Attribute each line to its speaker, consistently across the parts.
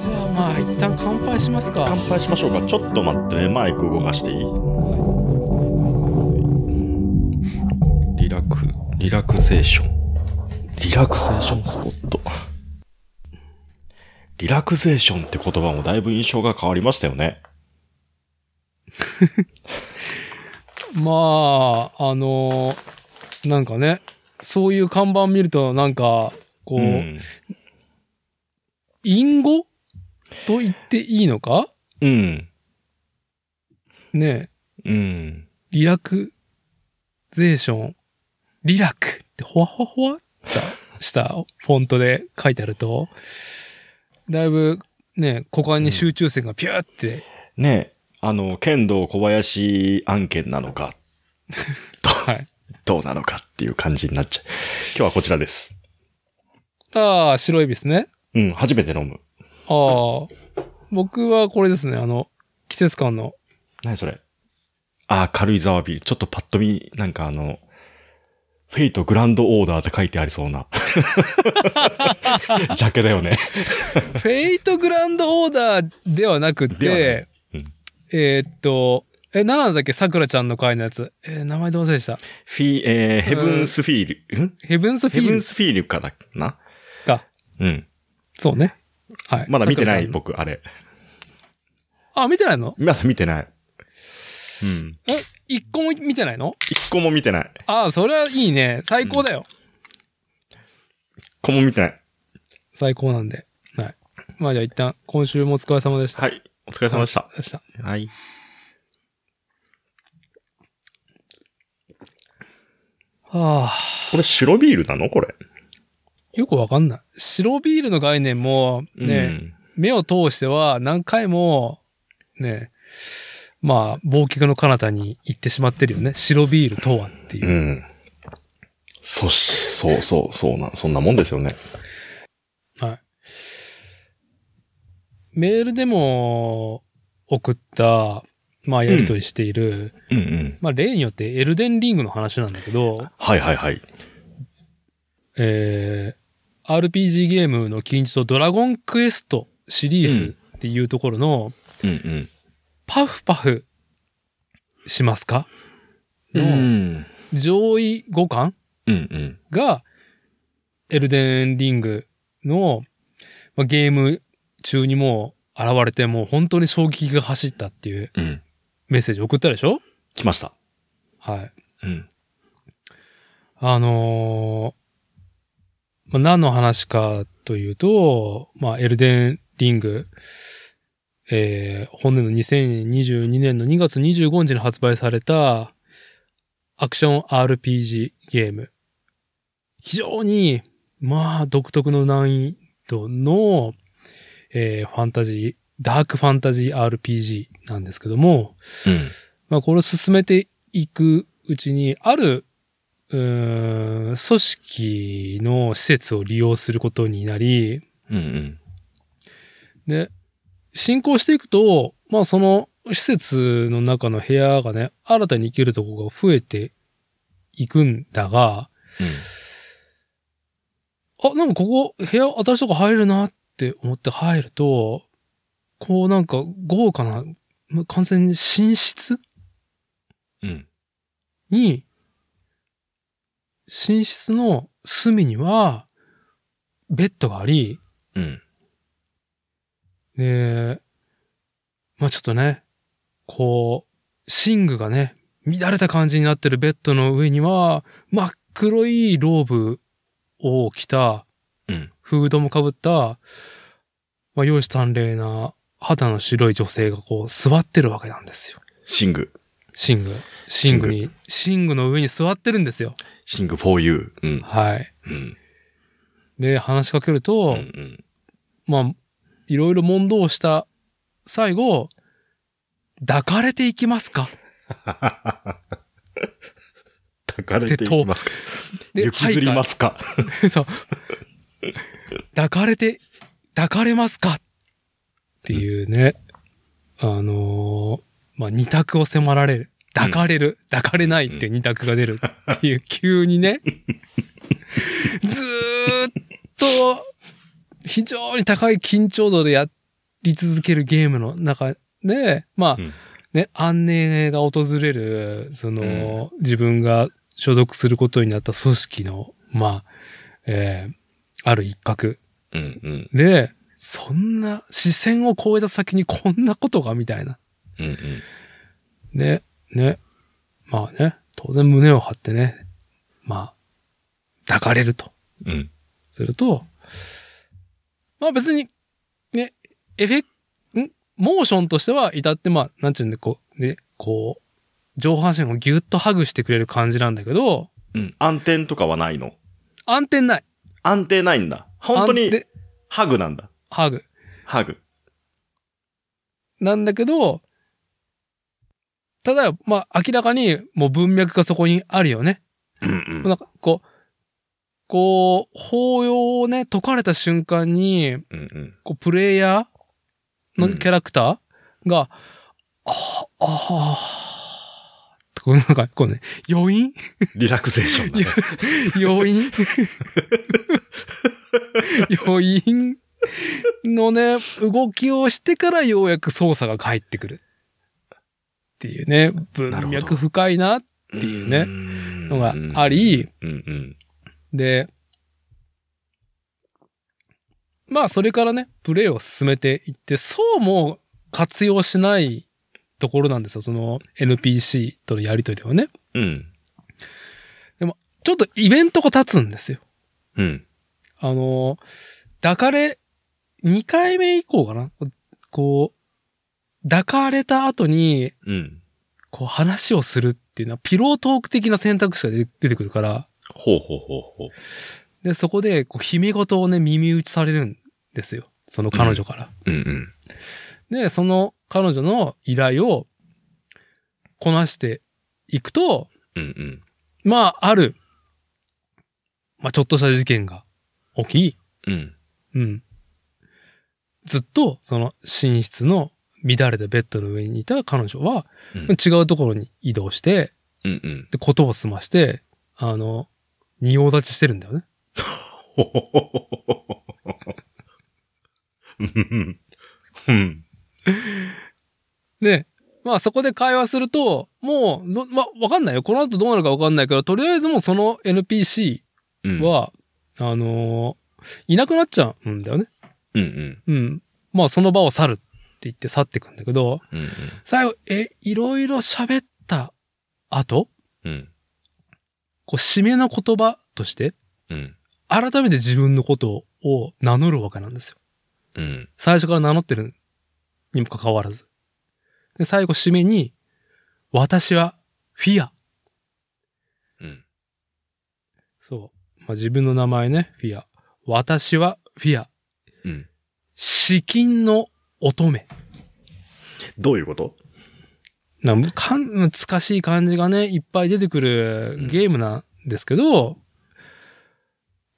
Speaker 1: じゃあまあ一旦乾杯しますか。
Speaker 2: 乾杯しましょうか。ちょっと待ってね。マイク動かしていいリラク、リラクゼーション。リラクゼーションスポット。リラクゼーションって言葉もだいぶ印象が変わりましたよね。
Speaker 1: まあ、あのなんかね、そういう看板見るとなんか、こう、
Speaker 2: うん。
Speaker 1: 隠語と言っていいのか
Speaker 2: うん。
Speaker 1: ね
Speaker 2: うん。
Speaker 1: リラクゼーション、リラクってほわほわほわったしたフォントで書いてあると、だいぶね、股間に集中線がピューって、
Speaker 2: ねえ、あの、剣道小林案件なのか、
Speaker 1: はい。
Speaker 2: どうなのかっていう感じになっちゃう。今日はこちらです。
Speaker 1: ああ、白エビスね。
Speaker 2: うん、初めて飲む。
Speaker 1: ああ、僕はこれですね、あの、季節感の、
Speaker 2: 何それあー、軽井沢ビール。ちょっとパッと見、なんかあの、フェイトグランドオーダーって書いてありそう な。ジャケだよね。
Speaker 1: フェイトグランドオーダーではなくて
Speaker 2: で、はないうん
Speaker 1: えーっと、え、何なんだっけさくらちゃんの会のやつ。えー名前どうせでした。
Speaker 2: フィえー、ヘブンスフィール、ん
Speaker 1: ヘブンスフ
Speaker 2: ヘ
Speaker 1: ィー
Speaker 2: ブ
Speaker 1: ル
Speaker 2: ンスフィールかだな。
Speaker 1: か。
Speaker 2: うん。
Speaker 1: そうね。はい。
Speaker 2: まだ見てない、
Speaker 1: さくらちゃんの
Speaker 2: 僕、あれ。
Speaker 1: あ、見てないの
Speaker 2: まだ見てない。うん。
Speaker 1: え、一個も見てないの
Speaker 2: 一個も見てない。
Speaker 1: ああ、それはいいね。最高だよ。
Speaker 2: 一個も見てない。
Speaker 1: 最高なんで。はい。まあじゃあ一旦、今週もお疲れ様でした。
Speaker 2: はい。お疲れ様でした。
Speaker 1: でした。
Speaker 2: はい。
Speaker 1: はあ、
Speaker 2: これ白ビールなのこれ。
Speaker 1: よくわかんない。白ビールの概念も、ね、目を通しては何回も、ね、まあ、忘却の彼方に行ってしまってるよね。白ビールとはっていうう。
Speaker 2: ん。うん。そ、そうそう、そうな、そんなもんですよね。
Speaker 1: はい。メールでも送った、まあ、やりとりしている、
Speaker 2: うんうん。
Speaker 1: まあ、例によってエルデンリングの話なんだけど、
Speaker 2: はいはいはい。
Speaker 1: えー、RPG ゲームの金字とドラゴンクエストシリーズっていうところの、
Speaker 2: うんうん。
Speaker 1: パフパフしますか
Speaker 2: う
Speaker 1: の
Speaker 2: ん。
Speaker 1: 上位互換
Speaker 2: うんうん。
Speaker 1: が、エルデンリングの、まあ、ゲーム中にもう現れてもう本当に衝撃が走ったっていう
Speaker 2: うん。
Speaker 1: メッセージ送ったでしょ
Speaker 2: 来ました。
Speaker 1: はい。
Speaker 2: うん。
Speaker 1: あのーまあ、何の話かというと、まあ、エルデンリング、えー、本年の2022年の2月25日に発売されたアクション RPG ゲーム。非常に、まあ、独特の難易度の、えー、ファンタジー、ダークファンタジー RPG なんですけども、まあ、これを進めていくうちに、ある、うーん、組織の施設を利用することになり、
Speaker 2: うん。うん
Speaker 1: で、進行していくと、まあ、その施設の中の部屋がね、新たに行けるとこが増えていくんだが、あ、なんかここ、部屋新しいとこ入るなって思って入ると、こうなんか豪華な、まあ完全に寝室
Speaker 2: うん。うん。
Speaker 1: に、寝室の隅には、ベッドがあり、
Speaker 2: うん。
Speaker 1: で、まあちょっとね、こう、寝具がね、乱れた感じになってるベッドの上には、真っ黒いローブを着た、
Speaker 2: うん
Speaker 1: フードもかぶった、まあ容姿端麗な肌の白い女性がこう座ってるわけなんですよ。
Speaker 2: シング。
Speaker 1: 寝具。寝具に、寝具の上に座ってるんですよ。
Speaker 2: シング for you. うん。
Speaker 1: はい。
Speaker 2: うん。
Speaker 1: で、話しかけると、
Speaker 2: うんうん。
Speaker 1: まあ、いろいろ問答をした最後、抱かれていきますか
Speaker 2: 抱かれていきますか
Speaker 1: で、。
Speaker 2: 行きずりますす か
Speaker 1: はいそう。抱かれて、抱かれますかっっていうね、あのーまあ、二択を迫られる。抱かれる、抱かれないっていう二択が出るっていう、急にね、 ずーっと、非常に高い緊張度でやり続けるゲームの中で、まあ、
Speaker 2: うん
Speaker 1: ね、安寧が訪れる、その、自分が所属することになった組織の、まあ、えーある一角
Speaker 2: うんうん
Speaker 1: で、そんな視線を超えた先にこんなことがみたいな。
Speaker 2: うんうん
Speaker 1: で、ね。まあね、当然胸を張ってね、まあ、抱かれると。
Speaker 2: うん
Speaker 1: すると、まあ別に、ね、エフェク、んモーションとしては至ってまあ、なんちゅうんで、こう、ね、こう、上半身をギュッとハグしてくれる感じなんだけど、
Speaker 2: うん。暗転とかはないの
Speaker 1: 暗転ない。
Speaker 2: 安定ないんだ。本当
Speaker 1: 暗
Speaker 2: に
Speaker 1: 転
Speaker 2: ハグなんだ。
Speaker 1: ハグ。
Speaker 2: ハグ。
Speaker 1: なんだけど、ただ、まあ、明らかにもう文脈がそこにあるよね。
Speaker 2: うん
Speaker 1: なんか、こう、こう、法要をね、解かれた瞬間に、
Speaker 2: うんうん
Speaker 1: こう、プレイヤーの
Speaker 2: うん
Speaker 1: キャラクターが、ああ、ああ、とこうなんか、こうね、余韻
Speaker 2: リラクゼーションだね。
Speaker 1: 余韻余韻のね、動きをしてからようやく操作が返ってくる。っていうね、
Speaker 2: なる
Speaker 1: 文
Speaker 2: ほ
Speaker 1: 脈
Speaker 2: ど
Speaker 1: 深いな。
Speaker 2: って
Speaker 1: ていうねのがあり、
Speaker 2: うんうん。
Speaker 1: で、まあそれからね、プレイを進めていって、そうも活用しないところなんですよ。その NPC とのやりとりではね。
Speaker 2: うん。
Speaker 1: ちょっとイベントが立つんですよ。
Speaker 2: うん。
Speaker 1: あの、抱かれ、2回目以降かな。こう、抱かれた後に、
Speaker 2: うん。
Speaker 1: こう話をするっていうのは、ピロートーク的な選択肢が出出てくるから、
Speaker 2: ほうほうほうほう。
Speaker 1: で、そこで、こう、秘め事をね、耳打ちされるんですよ。その彼女から。
Speaker 2: うん
Speaker 1: で、その彼女の依頼をこなしていくと、
Speaker 2: うん。うんうん。
Speaker 1: まあ、ある、まあ、ちょっとした事件が起き、
Speaker 2: うん。
Speaker 1: うん。ずっと、その寝室の乱れたベッドの上にいた彼女は、
Speaker 2: うん
Speaker 1: 違うところに移動して、
Speaker 2: うんうん。
Speaker 1: で、ことを済まして、あの、仁王立ちしてるんだよね。
Speaker 2: ほほほほほほうんうん。
Speaker 1: で、まあそこで会話すると、もう、どまあわかんないよ。この後どうなるかわかんないから、とりあえずもうその NPC
Speaker 2: うん。、
Speaker 1: は、あのーいなくなっちゃうんだよね。
Speaker 2: うんうん。
Speaker 1: うん。まあ、その場を去るって言って去ってくんだけど、
Speaker 2: うんうん。
Speaker 1: 最後、え、いろいろ喋った後、
Speaker 2: うん
Speaker 1: こう、締めの言葉として、
Speaker 2: うん。
Speaker 1: 改めて自分のことを名乗るわけなんですよ。
Speaker 2: うん。
Speaker 1: 最初から名乗ってるにもかかわらず。で、最後、締めに、私は、フィア。
Speaker 2: うん。
Speaker 1: そう。まあ、自分の名前ね、フィア。私は、フィア。
Speaker 2: うん。
Speaker 1: 至近の乙女。
Speaker 2: どういうこと
Speaker 1: なんかかん難しい漢字がね、いっぱい出てくるゲームなんですけど、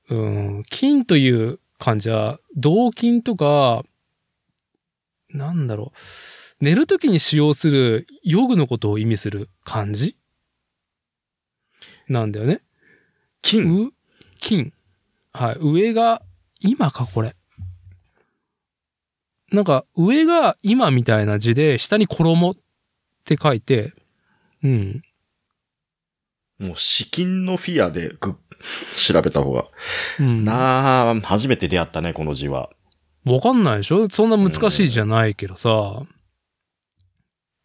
Speaker 1: うん、金という漢字は、銅金とか、なんだろう、寝るときに使用する用具のことを意味する漢字なんだよね。
Speaker 2: 金。
Speaker 1: う、金。はい。上が、今か、これ。なんか、上が今みたいな字で、下に衣って書いて、うん。
Speaker 2: もう、資金のフィアでぐっ調べた方が。
Speaker 1: うん。
Speaker 2: なあ、初めて出会ったね、この字は。
Speaker 1: わかんないでしょそんな難しいじゃないけどさ。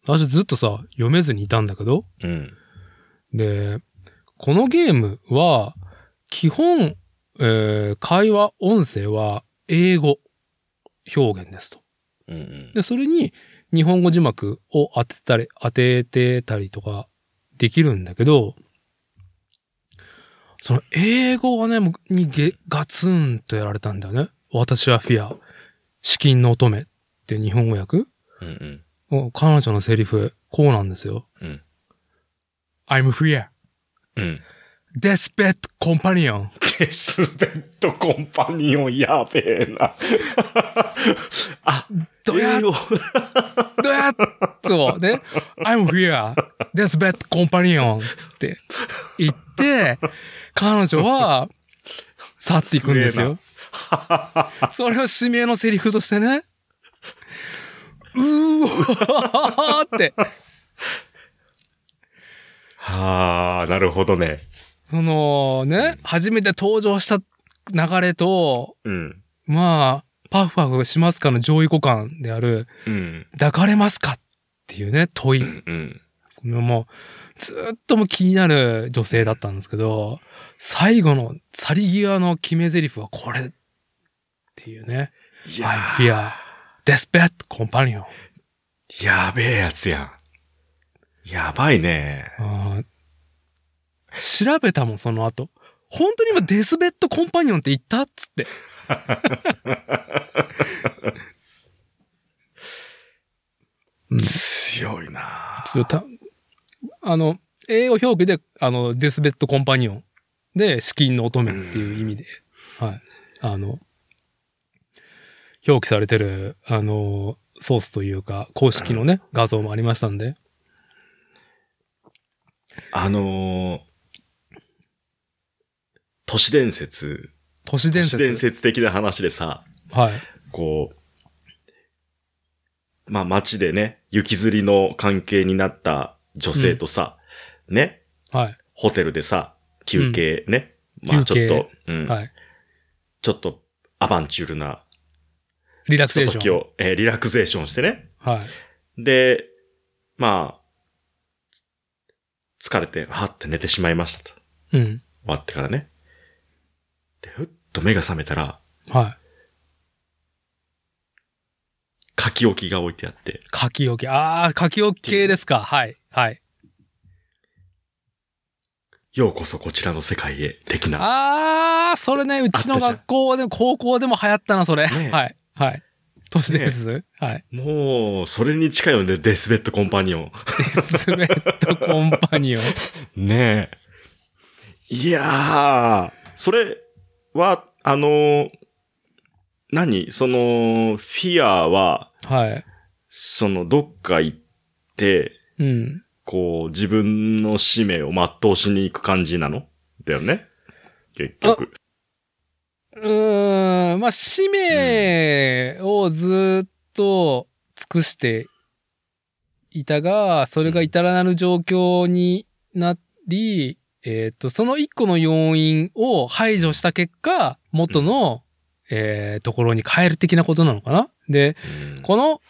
Speaker 1: 私ずっとさ、読めずにいたんだけど。
Speaker 2: うん。
Speaker 1: で、このゲームは、基本、えー会話、音声は英語表現ですと。
Speaker 2: うんうん。
Speaker 1: で、それに日本語字幕を当てたり、当ててたりとかできるんだけど、その英語はね、もうにげガツンとやられたんだよね。私はフィア、資金の乙女って日本語訳
Speaker 2: うんうん。
Speaker 1: もう彼女のセリフ、こうなんですよ。
Speaker 2: うん
Speaker 1: I'm fear,
Speaker 2: うん。
Speaker 1: desperate companion.
Speaker 2: デスベッドコンパニオンやべえな。あ、
Speaker 1: どやっ
Speaker 2: 英語
Speaker 1: どやっと、ね、I'm here, that's bad companion って言って、彼女は去っていくんですよ。それを指名のセリフとしてね、うーわーって、
Speaker 2: はあ、なるほどね。
Speaker 1: そのね、初めて登場した流れと、
Speaker 2: うん。
Speaker 1: まあ、パフパフしますかの上位互換である、
Speaker 2: うん。
Speaker 1: 抱かれますかっていうね、問い。
Speaker 2: うん。
Speaker 1: もう、ずーっともう気になる女性だったんですけど、最後の去り際の決め台詞はこれっていうね。
Speaker 2: い
Speaker 1: I
Speaker 2: や
Speaker 1: fear, desperate companion.
Speaker 2: ー、やべえやつやん。やばいね。
Speaker 1: あー調べたもん、その後。本当に今デスベッドコンパニオンって言ったっつっ て。うん
Speaker 2: 強いな
Speaker 1: そうたあの、英語表記で、あの、デスベッドコンパニオンで、資金の乙女っていう意味で、はい。あの、表記されてる、あの、ソースというか、公式のね、画像もありましたんで。
Speaker 2: あのー、都市伝説。
Speaker 1: 都市
Speaker 2: 都
Speaker 1: 伝
Speaker 2: 市
Speaker 1: 説。
Speaker 2: 伝説的な話でさ、
Speaker 1: はい。
Speaker 2: こう、まあ街でね、雪吊りの関係になった女性とさ、ね、
Speaker 1: はい。
Speaker 2: ホテルでさ、休憩ね、まあち
Speaker 1: 休
Speaker 2: ょ
Speaker 1: 憩
Speaker 2: っと、うん
Speaker 1: はい。
Speaker 2: ちょっとアバンチュールな、
Speaker 1: リラク
Speaker 2: ひ
Speaker 1: セー
Speaker 2: と
Speaker 1: シ
Speaker 2: と
Speaker 1: ョン。
Speaker 2: を、えーリラクゼーションしてね。
Speaker 1: はい。
Speaker 2: で、まあ、疲れて、はって寝てしまいましたと。
Speaker 1: うん。
Speaker 2: 終わってからね。で、ふっと目が覚めたら、
Speaker 1: はい。
Speaker 2: 書き置きが置いてあって、
Speaker 1: 書き置き。ああ、書き置き系ですか。はい。はい。
Speaker 2: ようこそこちらの世界へ、的な。
Speaker 1: ああ、それね、うちの
Speaker 2: あったじゃん
Speaker 1: 学校でも、高校でも流行ったな、それ。
Speaker 2: ねえ
Speaker 1: はい。はい。都市伝説、はい。
Speaker 2: もう、それに近いよね、デスベッドコンパニオン。
Speaker 1: デスベッドコンパニオン。
Speaker 2: ねえ。いやー、それは、あのー何その、フィアは、
Speaker 1: はい。
Speaker 2: その、どっか行って、
Speaker 1: うん。
Speaker 2: こう、自分の使命を全うしに行く感じなのだよね結局。
Speaker 1: うーん、まあ、使命をずっと尽くしていたが、それが至らなる状況になり、えっ、と、その一個の要因を排除した結果、元の、えーところに変える的なことなのかなで、
Speaker 2: うん
Speaker 1: この、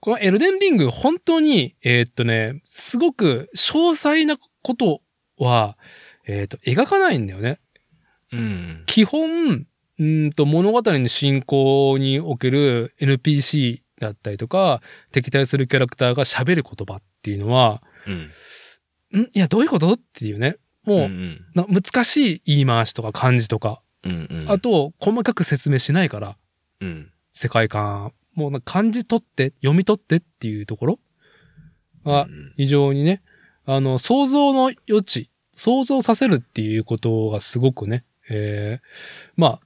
Speaker 1: このエルデンリング、本当に、えーっとね、すごく詳細なことは、えーっと、描かないんだよね。
Speaker 2: うん。
Speaker 1: 基本、うーんと、物語の進行における NPC だったりとか、敵対するキャラクターが喋る言葉っていうのは、
Speaker 2: うん。
Speaker 1: んいや、どういうことっていうね。もう、
Speaker 2: うん
Speaker 1: な難しい言い回しとか漢字とか、
Speaker 2: うん。うん
Speaker 1: あ、と、細かく説明しないから、
Speaker 2: うん。
Speaker 1: 世界観、もうなんか漢字取って、読み取ってっていうところが
Speaker 2: うん
Speaker 1: 非常にね、あの、想像の余地、想像させるっていうことがすごくね、えー、まあ、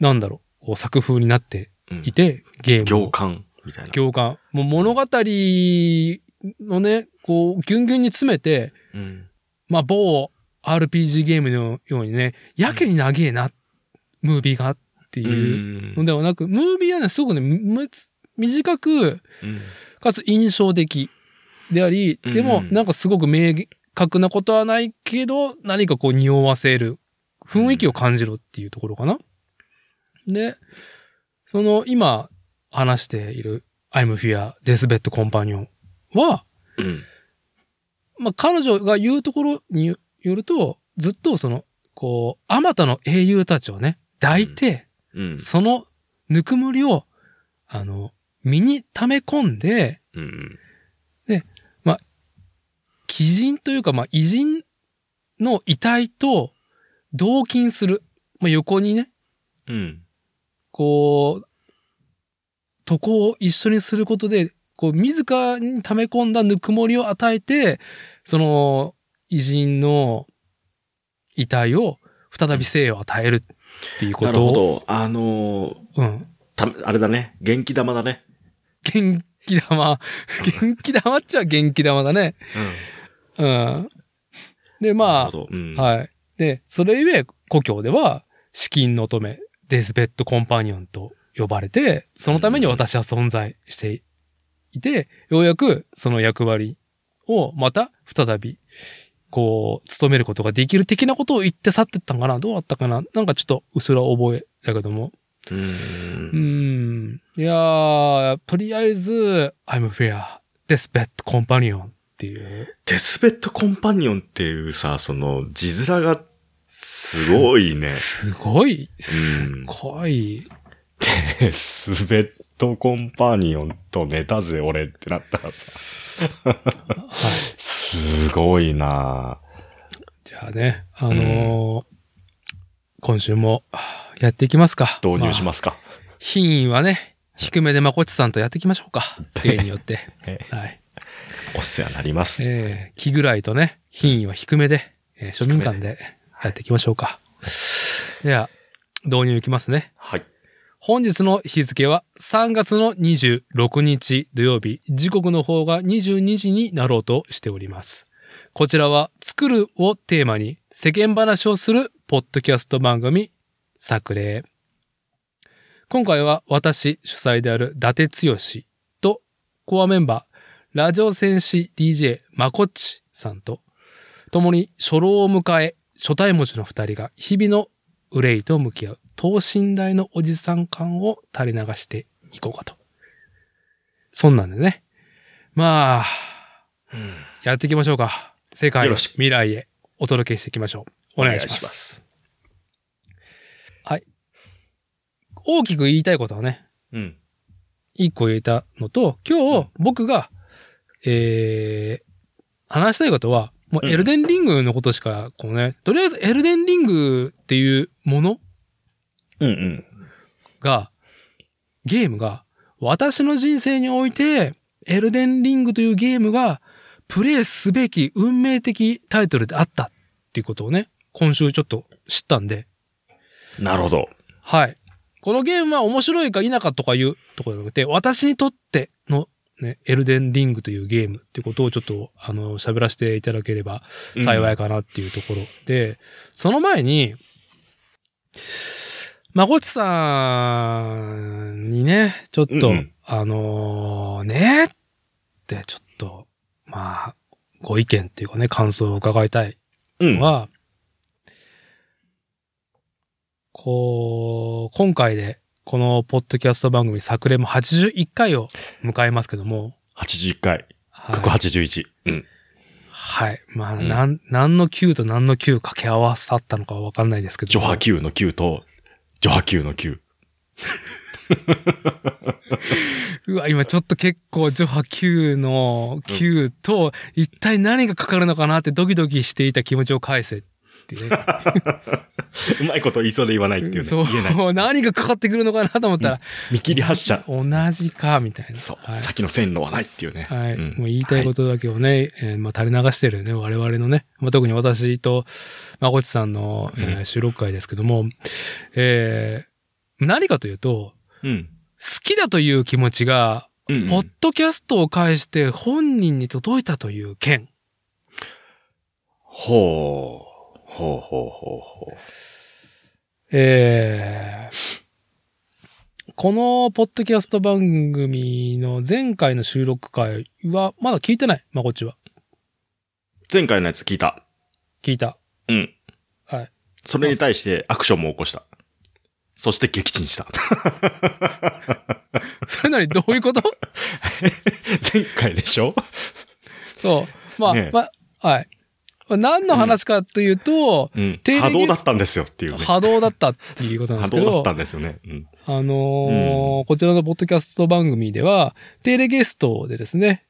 Speaker 1: なんだろう、こう作風になって
Speaker 2: うん
Speaker 1: いて、ゲーム。
Speaker 2: 行間みたいな。
Speaker 1: 行間。もう物語のね、こう、ギュンギュンに詰めて、
Speaker 2: うん。
Speaker 1: まあ、某 RPG ゲームのようにね、やけに長えな、ムービーがって
Speaker 2: う
Speaker 1: いうんのではなく、ムービーはね、すごくね、む短く、
Speaker 2: うん。
Speaker 1: かつ印象的であり、で
Speaker 2: う
Speaker 1: も
Speaker 2: んうん
Speaker 1: なんかすごく明確なことはないけど、何かこう匂わせる、雰囲気を感じろっていうところかな。で、その今話している I'm Fear, Death Bed Companion は、
Speaker 2: うん。
Speaker 1: まあ彼女が言うところによよると、ずっとその、こう、あまたの英雄たちをね、抱いて、
Speaker 2: うん。
Speaker 1: そのぬくもりを、あの、身に溜め込んで、
Speaker 2: うん。
Speaker 1: 鬼人というか、まあ、偉人の遺体と同金する。まあ、横にね、
Speaker 2: うん。
Speaker 1: こう、渡航を一緒にすることで、こう、自らに溜め込んだぬくもりを与えて、その、偉人の遺体を再び生を与えるっていうこ
Speaker 2: なる
Speaker 1: と
Speaker 2: ほ
Speaker 1: を。
Speaker 2: ど。あのー
Speaker 1: うん。
Speaker 2: た、あれだね。元気玉だね。
Speaker 1: 元気玉。 元気玉っちゃ元気玉だね。うん。で、まあ、
Speaker 2: あ、
Speaker 1: はい。で、それゆえ、故郷では、資金の乙女、デスベッドコンパニオンと呼ばれて、そのために私は存在していて、ようやくその役割をまた再び、こう、務めることができる的なことを言って去ってったんかなどうだったかななんかちょっと、うすら覚えだけども。
Speaker 2: う。
Speaker 1: うんん。いやー、とりあえず、I'm fair, this bed companion っていう。
Speaker 2: デスベッドコンパニオンっていうさ、その、字面がすごいね。
Speaker 1: すごい、すごい。
Speaker 2: デ スベッドコンパニオンと寝たぜ、俺ってなったらさ。
Speaker 1: はい。
Speaker 2: すごいな
Speaker 1: じゃあね、あのー今週もはあやっていきますか。。
Speaker 2: 導入しますすか。
Speaker 1: 品位はね、低めでまこっちさんとやっていきましょう か。例によって。
Speaker 2: え
Speaker 1: はい。
Speaker 2: お世話になります。
Speaker 1: えー、気ぐらいとね、品位は低めで、えー庶民間でやっていきましょうか。では、導入いきますね。
Speaker 2: はい。
Speaker 1: 本日の日付は3月の26日土曜日、時刻の方が22時になろうとしております。こちらは、作るをテーマに世間話をするポッドキャスト番組、作例。今回は私主催である伊達剛と、コアメンバー、ラジオ戦士 DJ まこっちさんと、共に初老を迎え、初対持ちの二人が日々の憂いと向き合う等身大のおじさん感を垂れ流していこうかと。そんなんでね。まあ、やっていきましょうか。世界、
Speaker 2: よろしく
Speaker 1: 未来へお届けしていきましょう。お願いします。
Speaker 2: お願いします
Speaker 1: はい。大きく言いたいことはね、
Speaker 2: うん。
Speaker 1: 一個言えたのと、今日僕が、えー、話したいことは、もう
Speaker 2: うん
Speaker 1: エルデンリングのことしか、こうね、とりあえずエルデンリングっていうもの
Speaker 2: うんうん。
Speaker 1: が、ゲームが、私の人生において、エルデンリングというゲームが、プレイすべき運命的タイトルであったっていうことをね、今週ちょっと知ったんで、
Speaker 2: なるほど。
Speaker 1: はい。このゲームは面白いか否かとかいうところじゃなくて、私にとっての、ね、エルデンリングというゲームっていうことをちょっと、あの、喋らせていただければ幸いかなっていうところで、その前に、まこっちさんにね、ちょっと、
Speaker 2: うんうん
Speaker 1: あのーねってちょっと、まあ、ご意見っていうかね、感想を伺いたい
Speaker 2: うん。うん。
Speaker 1: は、こう、今回で、このポッドキャスト番組作例も81回を迎えますけども、
Speaker 2: 81回。
Speaker 1: はい。
Speaker 2: 181。うん。
Speaker 1: はい、まあ、
Speaker 2: うん
Speaker 1: なん、何の9と何の9掛け合わさったのかはわかんないですけど。
Speaker 2: ジョハ9の9と、ジョハ9の9。
Speaker 1: うわ、今ちょっと結構、ジョハ9の9と、一体何がかかるのかなってドキドキしていた気持ちを返せっていうね。
Speaker 2: うまいこと言いそうで言わないっていうね。
Speaker 1: そう
Speaker 2: 言えない。、
Speaker 1: 何がかかってくるのかなと思ったら、
Speaker 2: 見切り発車。
Speaker 1: 同じか、みたいな。
Speaker 2: そう。
Speaker 1: はい
Speaker 2: 先の線路はないっていうね。
Speaker 1: はい。
Speaker 2: うん
Speaker 1: もう言いたいことだけをね、えーまあ垂れ流してるね、我々のね、まあ、特に私と、まこちさんの、えー
Speaker 2: うん
Speaker 1: 収録会ですけども、えー何かというと、
Speaker 2: うん。
Speaker 1: 好きだという気持ちが、
Speaker 2: うんうん
Speaker 1: ポッドキャストを介して本人に届いたという件。
Speaker 2: ほう。ほうほうほうほ
Speaker 1: えーこのポッドキャスト番組の前回の収録会は、まだ聞いてない、まこっちは。
Speaker 2: う。前回のやつ聞いた。
Speaker 1: 聞いた。
Speaker 2: うん。
Speaker 1: はい。
Speaker 2: それに対してアクションも起こした。そして撃 沈した。
Speaker 1: それなりどういうこと
Speaker 2: 前回でしょ
Speaker 1: そう。まあ、
Speaker 2: ねえ
Speaker 1: まあ、はい。まあ何の話かというと、
Speaker 2: うん。
Speaker 1: 定例
Speaker 2: 波
Speaker 1: ゲス
Speaker 2: 動だったんですよっていうね。
Speaker 1: 波動だったっていうことなんですけ
Speaker 2: 波動だっ
Speaker 1: ど
Speaker 2: た、んですよね。うん。
Speaker 1: あのーこちらのポッドキャスト番組では、定例ゲストでですね、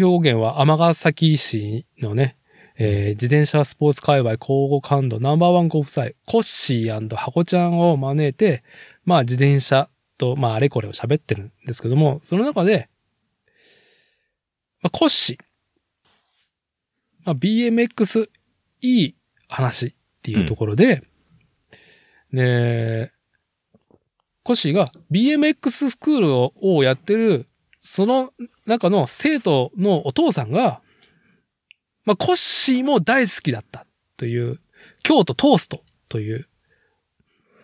Speaker 1: 表現は尼崎市のね、えー自転車スポーツ界隈交互感度ナンバーワンご夫妻、コッシーハコちゃんを招いて、まあ自転車と、まああれこれを喋ってるんですけども、その中で、まあ、コッシー、まあ、BMX いい話っていうところで、ねコッシーが BMX スクールををやってるその中の生徒のお父さんが、まあ、コッシーも大好きだったという、京都トーストという、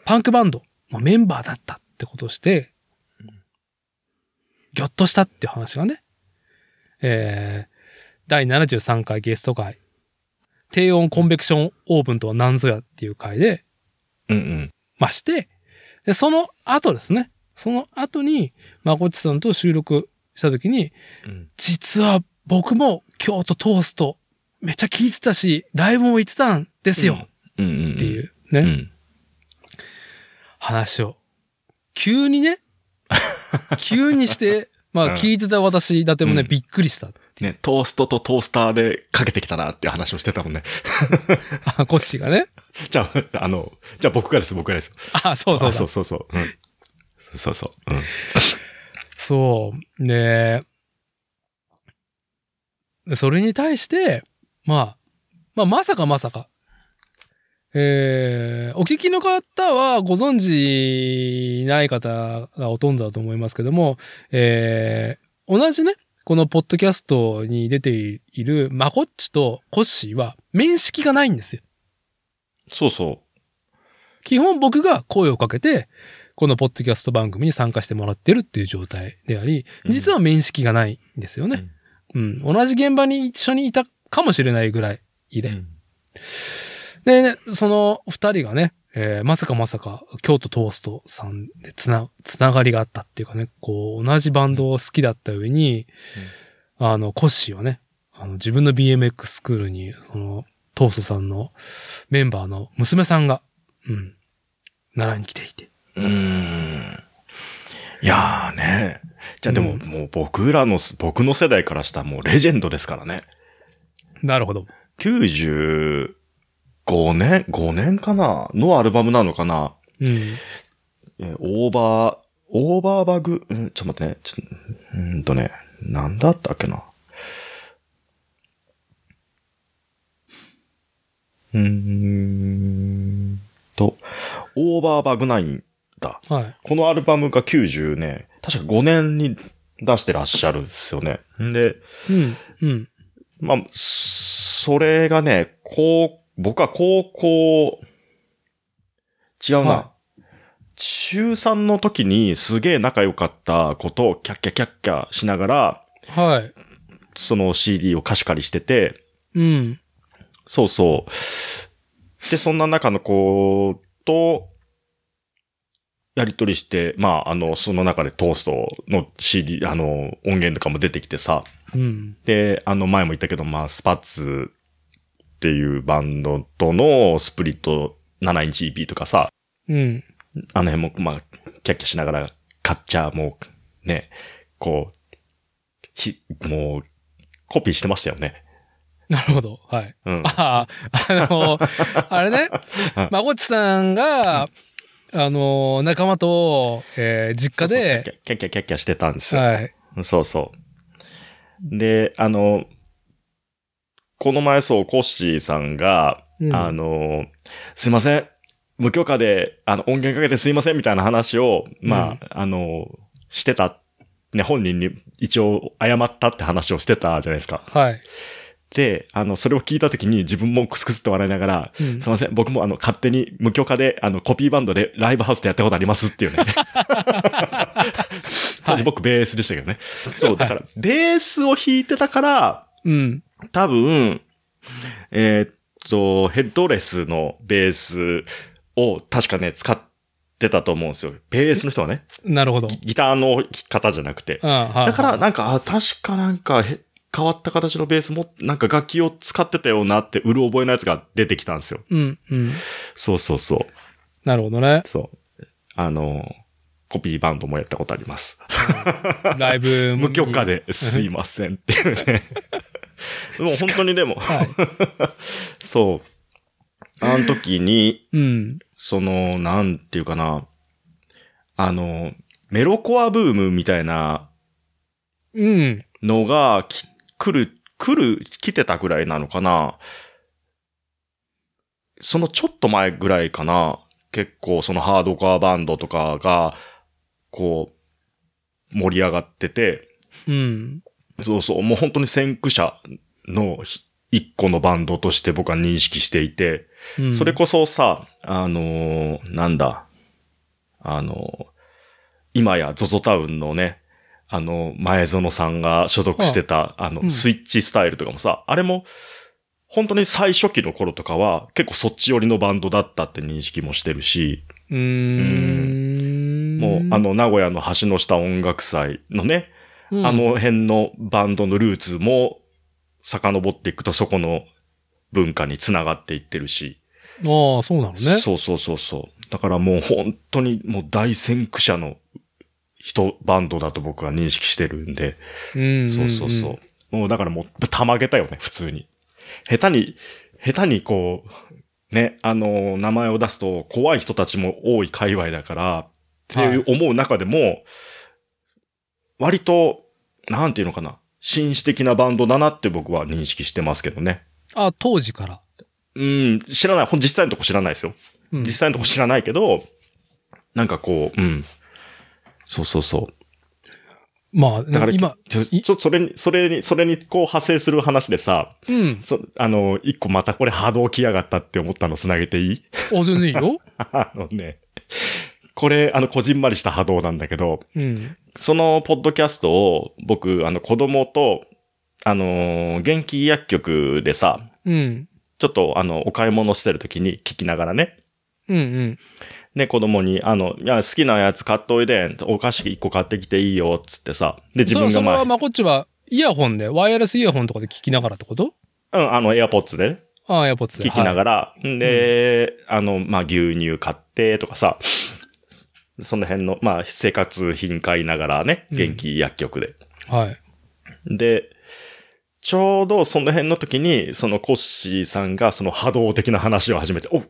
Speaker 1: パンクバンドのメンバーだったってことをして、ぎょっとしたっていう話がね、えー、第73回ゲスト会、低温コンベクションオーブンとは何ぞやっていう回で、
Speaker 2: うんうん。
Speaker 1: まして、で、その後ですね。その後に、まこっちさんと収録した時に、
Speaker 2: うん
Speaker 1: 実は僕も京都トーストめっちゃ聞いてたし、ライブも行ってたんですよ、
Speaker 2: うんうん。。
Speaker 1: っていううね、
Speaker 2: うん。
Speaker 1: 話を。急にね、 急にして、ま
Speaker 2: うん
Speaker 1: あ聞いてた私だってもね、
Speaker 2: うん
Speaker 1: びっくりした。
Speaker 2: ね、トーストとトースターでかけてきたなっていう話をしてたもんね。
Speaker 1: あ、コッシーがね。
Speaker 2: じゃあ、あの、じゃあ僕がです、僕がです。
Speaker 1: あ、そうそう
Speaker 2: あ
Speaker 1: だ
Speaker 2: そうそうそう。うんそうそうそう。うん
Speaker 1: そう。で、でそれに対して、まあ、まあ、まさかまさか。えー、お聞きの方はご存知ない方がほとんどだと思いますけども、えー、同じね、このポッドキャストに出ているマコッチとコッシーは面識がないんですよ。
Speaker 2: そうそ
Speaker 1: 基本僕が声をかけて、このポッドキャスト番組に参加してもらってるっていう状態であり、
Speaker 2: うん
Speaker 1: 実は面識がないんですよね。うん。同じ現場に一緒にいたかもしれないぐらいう
Speaker 2: う
Speaker 1: で。
Speaker 2: ん。
Speaker 1: で、ねその二人がね、えーまさかまさか、京都トーストさんでつな、つながりがあったっていうかね、こう、同じバンドを好きだった上に、あの、コッシーはね、あの、自分の BMX スクールに、その、トーストさんのメンバーの娘さんが、うん、習いに来ていて。
Speaker 2: うーん。いやーね。じゃあでも、
Speaker 1: うん
Speaker 2: もう僕らの、僕の世代からしたらもうレジェンドですからね。
Speaker 1: なるほど。
Speaker 2: 95年 ?5 年かなのアルバムなのかな
Speaker 1: うん。
Speaker 2: えーオーバー、オーバーバグ、うん、ちょっと待ってね。ちょうーんとね、なんだったっけな。うーんと、オーバーバグナインだ。
Speaker 1: はい。
Speaker 2: このアルバムが90ね、確か5年に出してらっしゃるんですよね。んで、
Speaker 1: うん。うん。
Speaker 2: まあ、それがね、こう、僕は高校、違うな。
Speaker 1: は
Speaker 2: 中3の時にすげえ仲良かったことをキャッキャキャッキャしながら、
Speaker 1: はい。
Speaker 2: その CD を貸し借りしてて、
Speaker 1: うん。
Speaker 2: そうそう。で、そんな中の子と、やりとりして、まあ、あの、その中でトーストの CD、あの、音源とかも出てきてさ、
Speaker 1: うん。
Speaker 2: で、あの前も言ったけど、まあ、スパッツっていうバンドとのスプリット7インチ EP とかさ、
Speaker 1: うん。
Speaker 2: あの辺も、まあ、キャッキャしながら、カッチャーも、ね、こう、ひ、もう、コピーしてましたよね。
Speaker 1: なるほど。はい。
Speaker 2: うん。
Speaker 1: ああ、あの、あれね、まこっちさんが、あの、仲間と、えー実家で、、
Speaker 2: キャッキャキャッキャしてたんですよ。
Speaker 1: はい。
Speaker 2: そうそう。で、あの、この前そう、コッシーさんが、
Speaker 1: うん
Speaker 2: あの、すいません。無許可で、あの、音源かけてすいませんみたいな話を、まあ、あの、してた、ね、本人に一応謝ったって話をしてたじゃないですか。
Speaker 1: はい。
Speaker 2: で、あの、それを聞いたときに自分もクスクスって笑いながら、
Speaker 1: うん
Speaker 2: すいません、僕もあの、勝手に無許可で、あの、コピーバンドでライブハウスでやったことありますってい うね。当時僕ベースでしたけどね。そう、だから、ベースを弾いてたから、
Speaker 1: うん。
Speaker 2: 多分、えーっと、ヘッドレスのベースを確かね、使ってたと思うんですよ。ベースの人はね、
Speaker 1: なるほど。
Speaker 2: ギターの方じゃなくて。だ
Speaker 1: だ
Speaker 2: から、、なんか、あ、確かなんか、へ変わった形のベースも、なんか楽器を使ってたよなって、うる覚えのやつが出てきたんですよ。
Speaker 1: うん。うん。
Speaker 2: そうそうそ
Speaker 1: なるほどね
Speaker 2: う。。そう。あの、コピーバンドもやったことあります。
Speaker 1: ライブ。
Speaker 2: 無許可。ですいませんっていうね。もう本当にでも、
Speaker 1: はい。
Speaker 2: そう。あの時に、
Speaker 1: うん。
Speaker 2: その、なんていうかな、あの、メロコアブームみたいな
Speaker 1: うん。
Speaker 2: のが、き来る、来る、来てたぐらいなのかな。そのちょっと前ぐらいかな。結構そのハードコアバンドとかが、こう、盛り上がってて、
Speaker 1: うん。
Speaker 2: そうそう、もう本当に先駆者の一個のバンドとして僕は認識していて、
Speaker 1: うん。
Speaker 2: それこそさ、あのーなんだ、あのー今や ZOZO タウンのね、あの、前園さんが所属してた、あ
Speaker 1: う
Speaker 2: の、
Speaker 1: ん
Speaker 2: スイッチスタイルとかもさ、あれも、本当に最初期の頃とかは、結構そっち寄りのバンドだったって認識もしてるし、
Speaker 1: うーん。
Speaker 2: もう、あ、の、名古屋の橋の下音楽祭のね、
Speaker 1: うん、
Speaker 2: あの辺のバンドのルーツも遡っていくとそこの文化につながっていってるし。
Speaker 1: ああ、そうなのね。
Speaker 2: そうそうそうそう。だからもう本当にもう大先駆者の人、バンドだと僕は認識してるんで。
Speaker 1: うんんん
Speaker 2: そうそうそう。。もうだからもうたまげたよね、普通に。下手に、下手にこう、ね、あの名前を出すと怖い人たちも多い界隈だから、っていう思う中でも、割と、なんていうのかな、紳士的なバンドだなって僕は認識してますけどね。
Speaker 1: あ、当時から。
Speaker 2: うん、知らない。ほん実際のとこ知らないですよ。
Speaker 1: うん
Speaker 2: 実際のとこ知らないけど、なんかこう、うん。そうそうそう。
Speaker 1: まあ、
Speaker 2: だから、
Speaker 1: 今、
Speaker 2: ちょ、
Speaker 1: い
Speaker 2: ちょそれに、それに、それにこう派生する話でさ、
Speaker 1: うん。
Speaker 2: そ、あの、一個またこれ波動来やがったって思ったの繋げてい い
Speaker 1: お、全然いいよ。
Speaker 2: あのね、これ、あの、こじんまりした波動なんだけど、
Speaker 1: うん。
Speaker 2: そのポッドキャストを僕、あの、子供と、あのー、元気薬局でさ、
Speaker 1: うん。
Speaker 2: ちょっとあの、お買い物してる時に聞きながらね、
Speaker 1: うんうん。
Speaker 2: ね、子供に、あの、いや、好きなやつ買っといでん、お菓子一個買ってきていいよ、つってさ。で、自
Speaker 1: そ
Speaker 2: 分
Speaker 1: れそ
Speaker 2: が
Speaker 1: れ
Speaker 2: ま
Speaker 1: は、まあ、こっちは、イヤホンで、ワイヤレスイヤホンとかで聞きながらってこと
Speaker 2: あ、うん、あの、エアポッツでね、
Speaker 1: ああ、やっぱつ
Speaker 2: 聞きな
Speaker 1: ら。
Speaker 2: がら、んで、あの、まあ、牛乳買って、とかさ、その辺の、まあ、生活品買いながらね、
Speaker 1: うん
Speaker 2: 元気薬局で。
Speaker 1: はい。はい
Speaker 2: で、ちょうどその辺の時に、そのコッシーさんがその波動的な話を始めて、お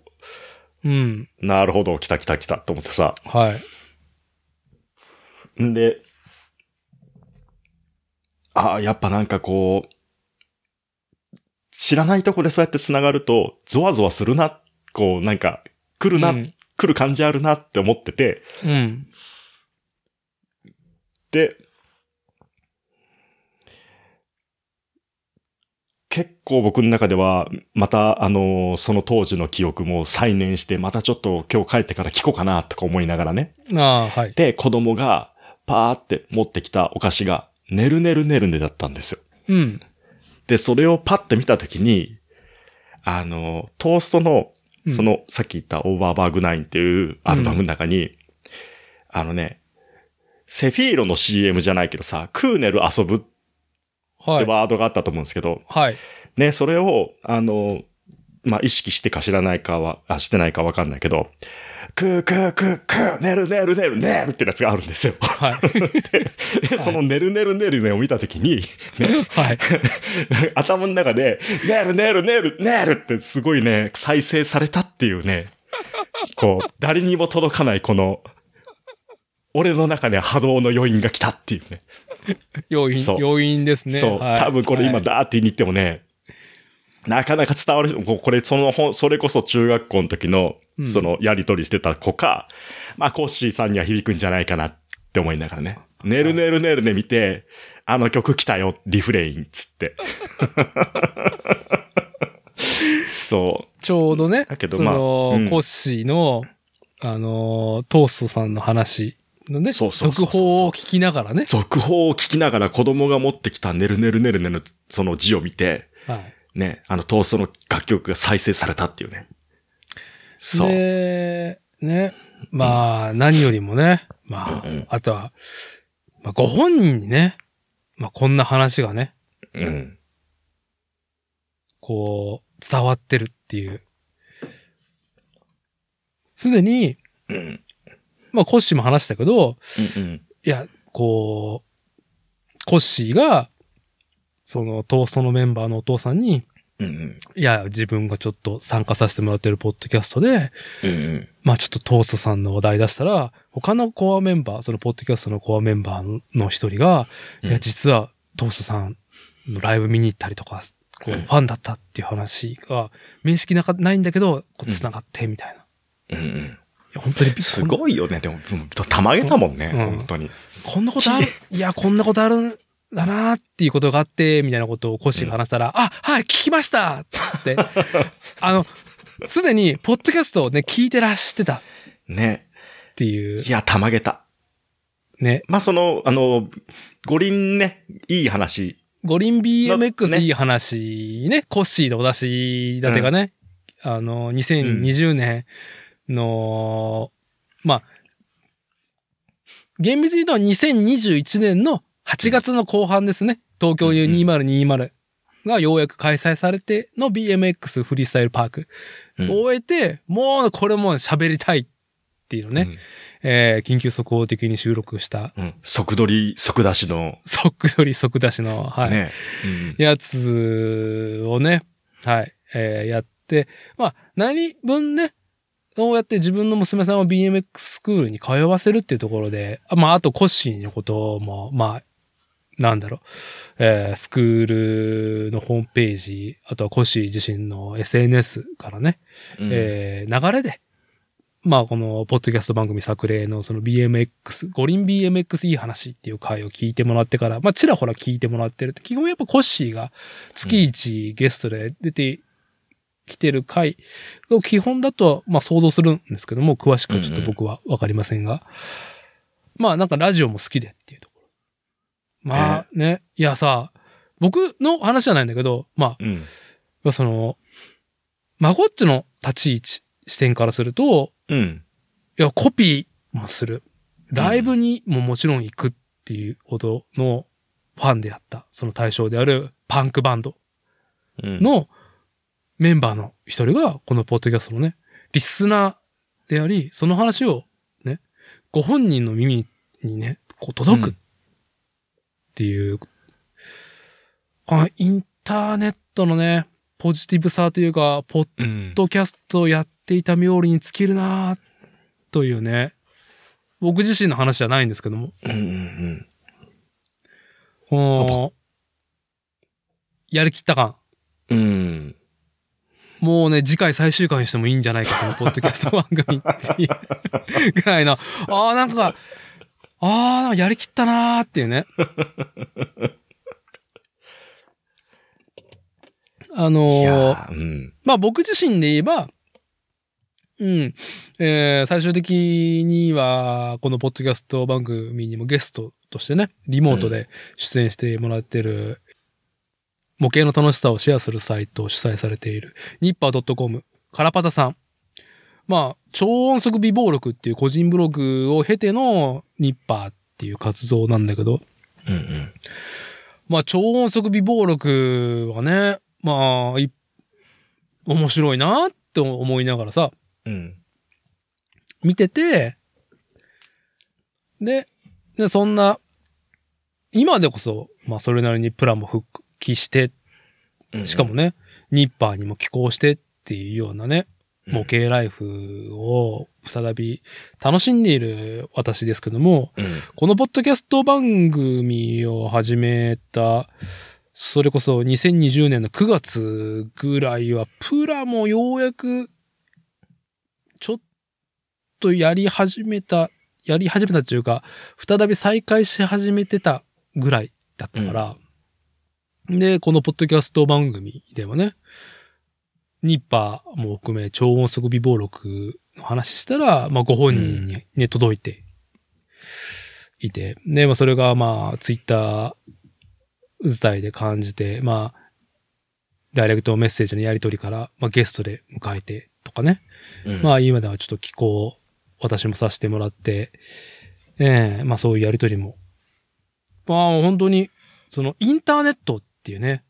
Speaker 1: うん。
Speaker 2: なるほど、来た来た来た、と思ってさ。
Speaker 1: はい。
Speaker 2: んで、あやっぱなんかこう、知らないとこでそうやって繋がると、ゾワゾワするな、こうなんか、来るな、
Speaker 1: うん
Speaker 2: 来る感じあるなって思ってて、
Speaker 1: うん。
Speaker 2: で、結構僕の中では、また、あのその当時の記憶も再燃して、またちょっと今日帰ってから聞こうかな、とか思いながらね。
Speaker 1: ああ、はい。
Speaker 2: で、子供が、パーって持ってきたお菓子が、ねるねるねるねだったんですよ。
Speaker 1: うん。
Speaker 2: で、それをパッて見たときに、あの、トーストの、
Speaker 1: うん
Speaker 2: その、さっき言ったオーバーバーグナインっていうアルバムの中に、あのね、セフィーロの CM じゃないけどさ、クーネル遊ぶっ
Speaker 1: は
Speaker 2: て
Speaker 1: い。
Speaker 2: ワードがあったと思うんですけど、
Speaker 1: はい。
Speaker 2: ね、それを、あの、まあ、意識してか知らないかは、あしてないかわかんないけど、クークークークー、ねるねるねるねるってやつがあるんですよ。
Speaker 1: はい。
Speaker 2: で、そのねるねるねるねを見たと きに、
Speaker 1: はい。
Speaker 2: 頭の中で、ねるねるねるねるってすごいね、再生されたっていうね、こう、誰にも届かないこの、俺の中で波動の余韻が来たっていうね。
Speaker 1: 要因
Speaker 2: そ、う
Speaker 1: 要因ですね。
Speaker 2: そう、
Speaker 1: はい
Speaker 2: 多分これ今、だーって言いに行ってもね、なかなか伝わる、こうこれその本、それこそ中学校の時の
Speaker 1: う、ん
Speaker 2: そのやりとりしてた子か、まあコッシーさんには響くんじゃないかなって思いながらね。ねるねるねるね見て、あの曲来たよ、リフレイン、つって。そ
Speaker 1: ちょうどね、
Speaker 2: だけど
Speaker 1: その
Speaker 2: まあうん
Speaker 1: コッシーの、あのー、トーストさんの話のね、
Speaker 2: そうそうそうそう
Speaker 1: 続報を聞きながらね
Speaker 2: う。。続報を聞きながら子供が持ってきたねるねるねるねのその字を見て、
Speaker 1: はい。
Speaker 2: ね、あのトーストの楽曲が再生されたっていうね。そう。
Speaker 1: で、ね、まあ、何よりもね、まあ
Speaker 2: うんうん、
Speaker 1: あとは、まあ、ご本人にね、まあ、こんな話がね、
Speaker 2: うん。
Speaker 1: こう、伝わってるっていう。すでに、まあ、コッシーも話したけど、いや、こう、コッシーが、その、トーストのメンバーのお父さんに、いや、自分がちょっと参加させてもらってるポッドキャストで、まあちょっとトーストさんの話題出したら、他のコアメンバー、そのポッドキャストのコアメンバーの一人が、
Speaker 2: うん
Speaker 1: いや、実はトーストさんのライブ見に行ったりとか、こう
Speaker 2: うん
Speaker 1: ファンだったっていう話が、面識なかないんだけど、こう繋がって、みたいな。いや、本当にび
Speaker 2: すごいよね。でも、たまげたもんね。
Speaker 1: うん
Speaker 2: 本当に。
Speaker 1: こんなことある、いや、こんなことあるだなーっていうことがあって、みたいなことをコッシーが話したら、あ、はい、聞きました って。あの、すでに、ポッドキャストをね、聞いてらしてたっ
Speaker 2: ね。
Speaker 1: ていう
Speaker 2: い、や、たまげた。
Speaker 1: ね。
Speaker 2: まあ、その、あの、五輪ね、いい話。
Speaker 1: 五輪
Speaker 2: ね
Speaker 1: BMX いい話ね、コッシーのお出し立てがね、あの、2020年の、まあ、厳密に言うと2021年の8月の後半ですね。東京2020がようやく開催されての BMX フリースタイルパーク。
Speaker 2: うん
Speaker 1: 終えて、もうこれも喋りたいっていうのね、えー緊急速報的に収録した、
Speaker 2: うん。うん。即取り、即出しの、
Speaker 1: 即取り即出しの、はい。
Speaker 2: ね。うん
Speaker 1: やつをね、はい、えーやって、まあ、何分ね、そうやって自分の娘さんを BMX スクールに通わせるっていうところで、あまあ、あとコッシーのことも、まあ、なんだろう、えースクールのホームページ、あとはコッシー自身の SNS からね、
Speaker 2: うん
Speaker 1: えー流れで、まあ、この、ポッドキャスト番組作例のその BMX、五輪 BMX いい話っていう回を聞いてもらってから、まあ、ちらほら聞いてもらってる。基本やっぱコッシーが月一ゲストで出てきてる回を基本だと、まあ、想像するんですけども、詳しくはちょっと僕はわかりませんが。まあ、なんかラジオも好きでっていうところ。まあね、いやさ、僕の話じゃないんだけど、まあ、
Speaker 2: うん。
Speaker 1: まあその、マゴッチの立ち位置、視点からすると、
Speaker 2: うん。
Speaker 1: いや、コピーもする。ライブにももちろん行くっていうほどのファンであった、その対象であるパンクバンド
Speaker 2: うん、
Speaker 1: のメンバーの一人が、このポッドキャストのね、リスナーであり、その話をね、ご本人の耳にね、こう届く
Speaker 2: うん
Speaker 1: っていう、あインターネットのね、ポジティブさというか、ポッ
Speaker 2: う
Speaker 1: ポ
Speaker 2: ん
Speaker 1: ッ。ドキャストをやっていた冥利に尽きるなぁというね、僕自身の話じゃないんですけども、
Speaker 2: うんうん
Speaker 1: この、やりきった感。
Speaker 2: うん。うん。
Speaker 1: もうね、次回最終回にしてもいいんじゃないか、このポッドキャスト番組っていうぐらいの、ああ、なんか、ああ、なんかやりきったなーっていうね。あ
Speaker 2: い
Speaker 1: のー
Speaker 2: やーうん。
Speaker 1: まあ僕自身で言えば、うん、えー最終的には、このポッドキャスト番組にもゲストとしてね、リモートで出演してもらってる、模型の楽しさをシェアするサイトを主催されている、ニッパー .com、カラパタさん。まあ、超音速微暴録っていう個人ブログを経てのニッパーっていう活動なんだけど、
Speaker 2: うんうん。
Speaker 1: まあ、超音速微暴録はね、まあ、い面白いなって思いながらさ、
Speaker 2: うん。
Speaker 1: 見てて、で、でそんな、今でこそ、まあ、それなりにプラも復帰して、
Speaker 2: うん
Speaker 1: しかも、ね、ニッパーにも寄稿してっていうようなね、模
Speaker 2: け
Speaker 1: 型ライフを再び楽しんでいる私ですけども、このポッドキャスト番組を始めた、それこそ2020年の9月ぐらいは、プラもようやく、ちょっとやり始めた、やり始めたっていうか、再び再開し始めてたぐらいだったから、で、このポッドキャスト番組ではね、ニッパーも含め超音速微暴録の話したら、まあご本人にね、届いていて、で、まあ、それが、まあ、ツイッター自体で感じて、まあ、ダイレクトメッセージのやり取りから、まあ、ゲストで迎えてとかね。ま
Speaker 2: あ、
Speaker 1: あ、今ではちょっと寄稿、私もさせてもらって、ええまあ、そういうやり取りも。まあ、本当に、その、インターネットっていうね、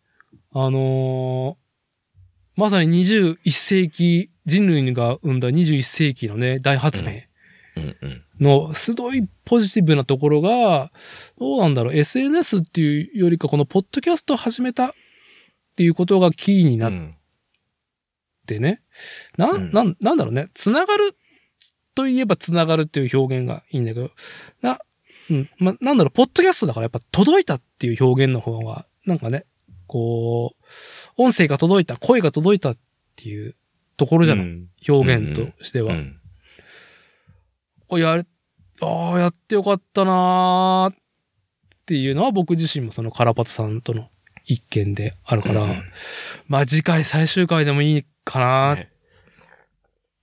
Speaker 1: あのーまさに21世紀、人類が生んだ21世紀のね、大発明。
Speaker 2: うんうん。
Speaker 1: の、すごいポジティブなところが、どうなんだろう、SNS っていうよりか、このポッドキャストを始めたっていうことがキーになっ
Speaker 2: うん
Speaker 1: てね、な
Speaker 2: うん
Speaker 1: ん、なん、なんだろうね、つながるといえばつながるっていう表現がいいんだけど、な、うん、ま、なんだろう、ポッドキャストだからやっぱ届いたっていう表現の方が、なんかね、こう、音声が届いた、声が届いたっていうところじゃない、
Speaker 2: うん
Speaker 1: 表現としては。
Speaker 2: うん
Speaker 1: これやれ、ああ、やってよかったなーっっていうのは僕自身もそのカラパトさんとの一件であるから、まあ次回最終回でもいいかなっ
Speaker 2: ね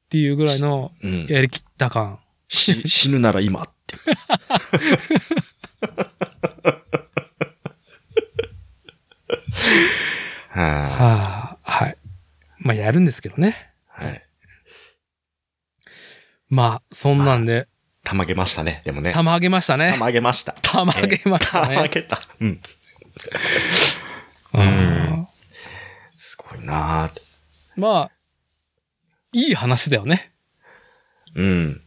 Speaker 1: ていうぐらいの
Speaker 2: うん
Speaker 1: やりきった感。
Speaker 2: し死ぬなら今って。は
Speaker 1: はあ、はい。まあやるんですけどね。
Speaker 2: い。はい。
Speaker 1: まあ、そんなんで、
Speaker 2: たまげましたね、でもね。
Speaker 1: 玉あげました
Speaker 2: た
Speaker 1: ね。
Speaker 2: まげました。
Speaker 1: 玉あげました
Speaker 2: たま
Speaker 1: ね。
Speaker 2: げた。うん。
Speaker 1: う
Speaker 2: うん
Speaker 1: ん
Speaker 2: すごいなーって
Speaker 1: まあ、いい話だよね。
Speaker 2: うん。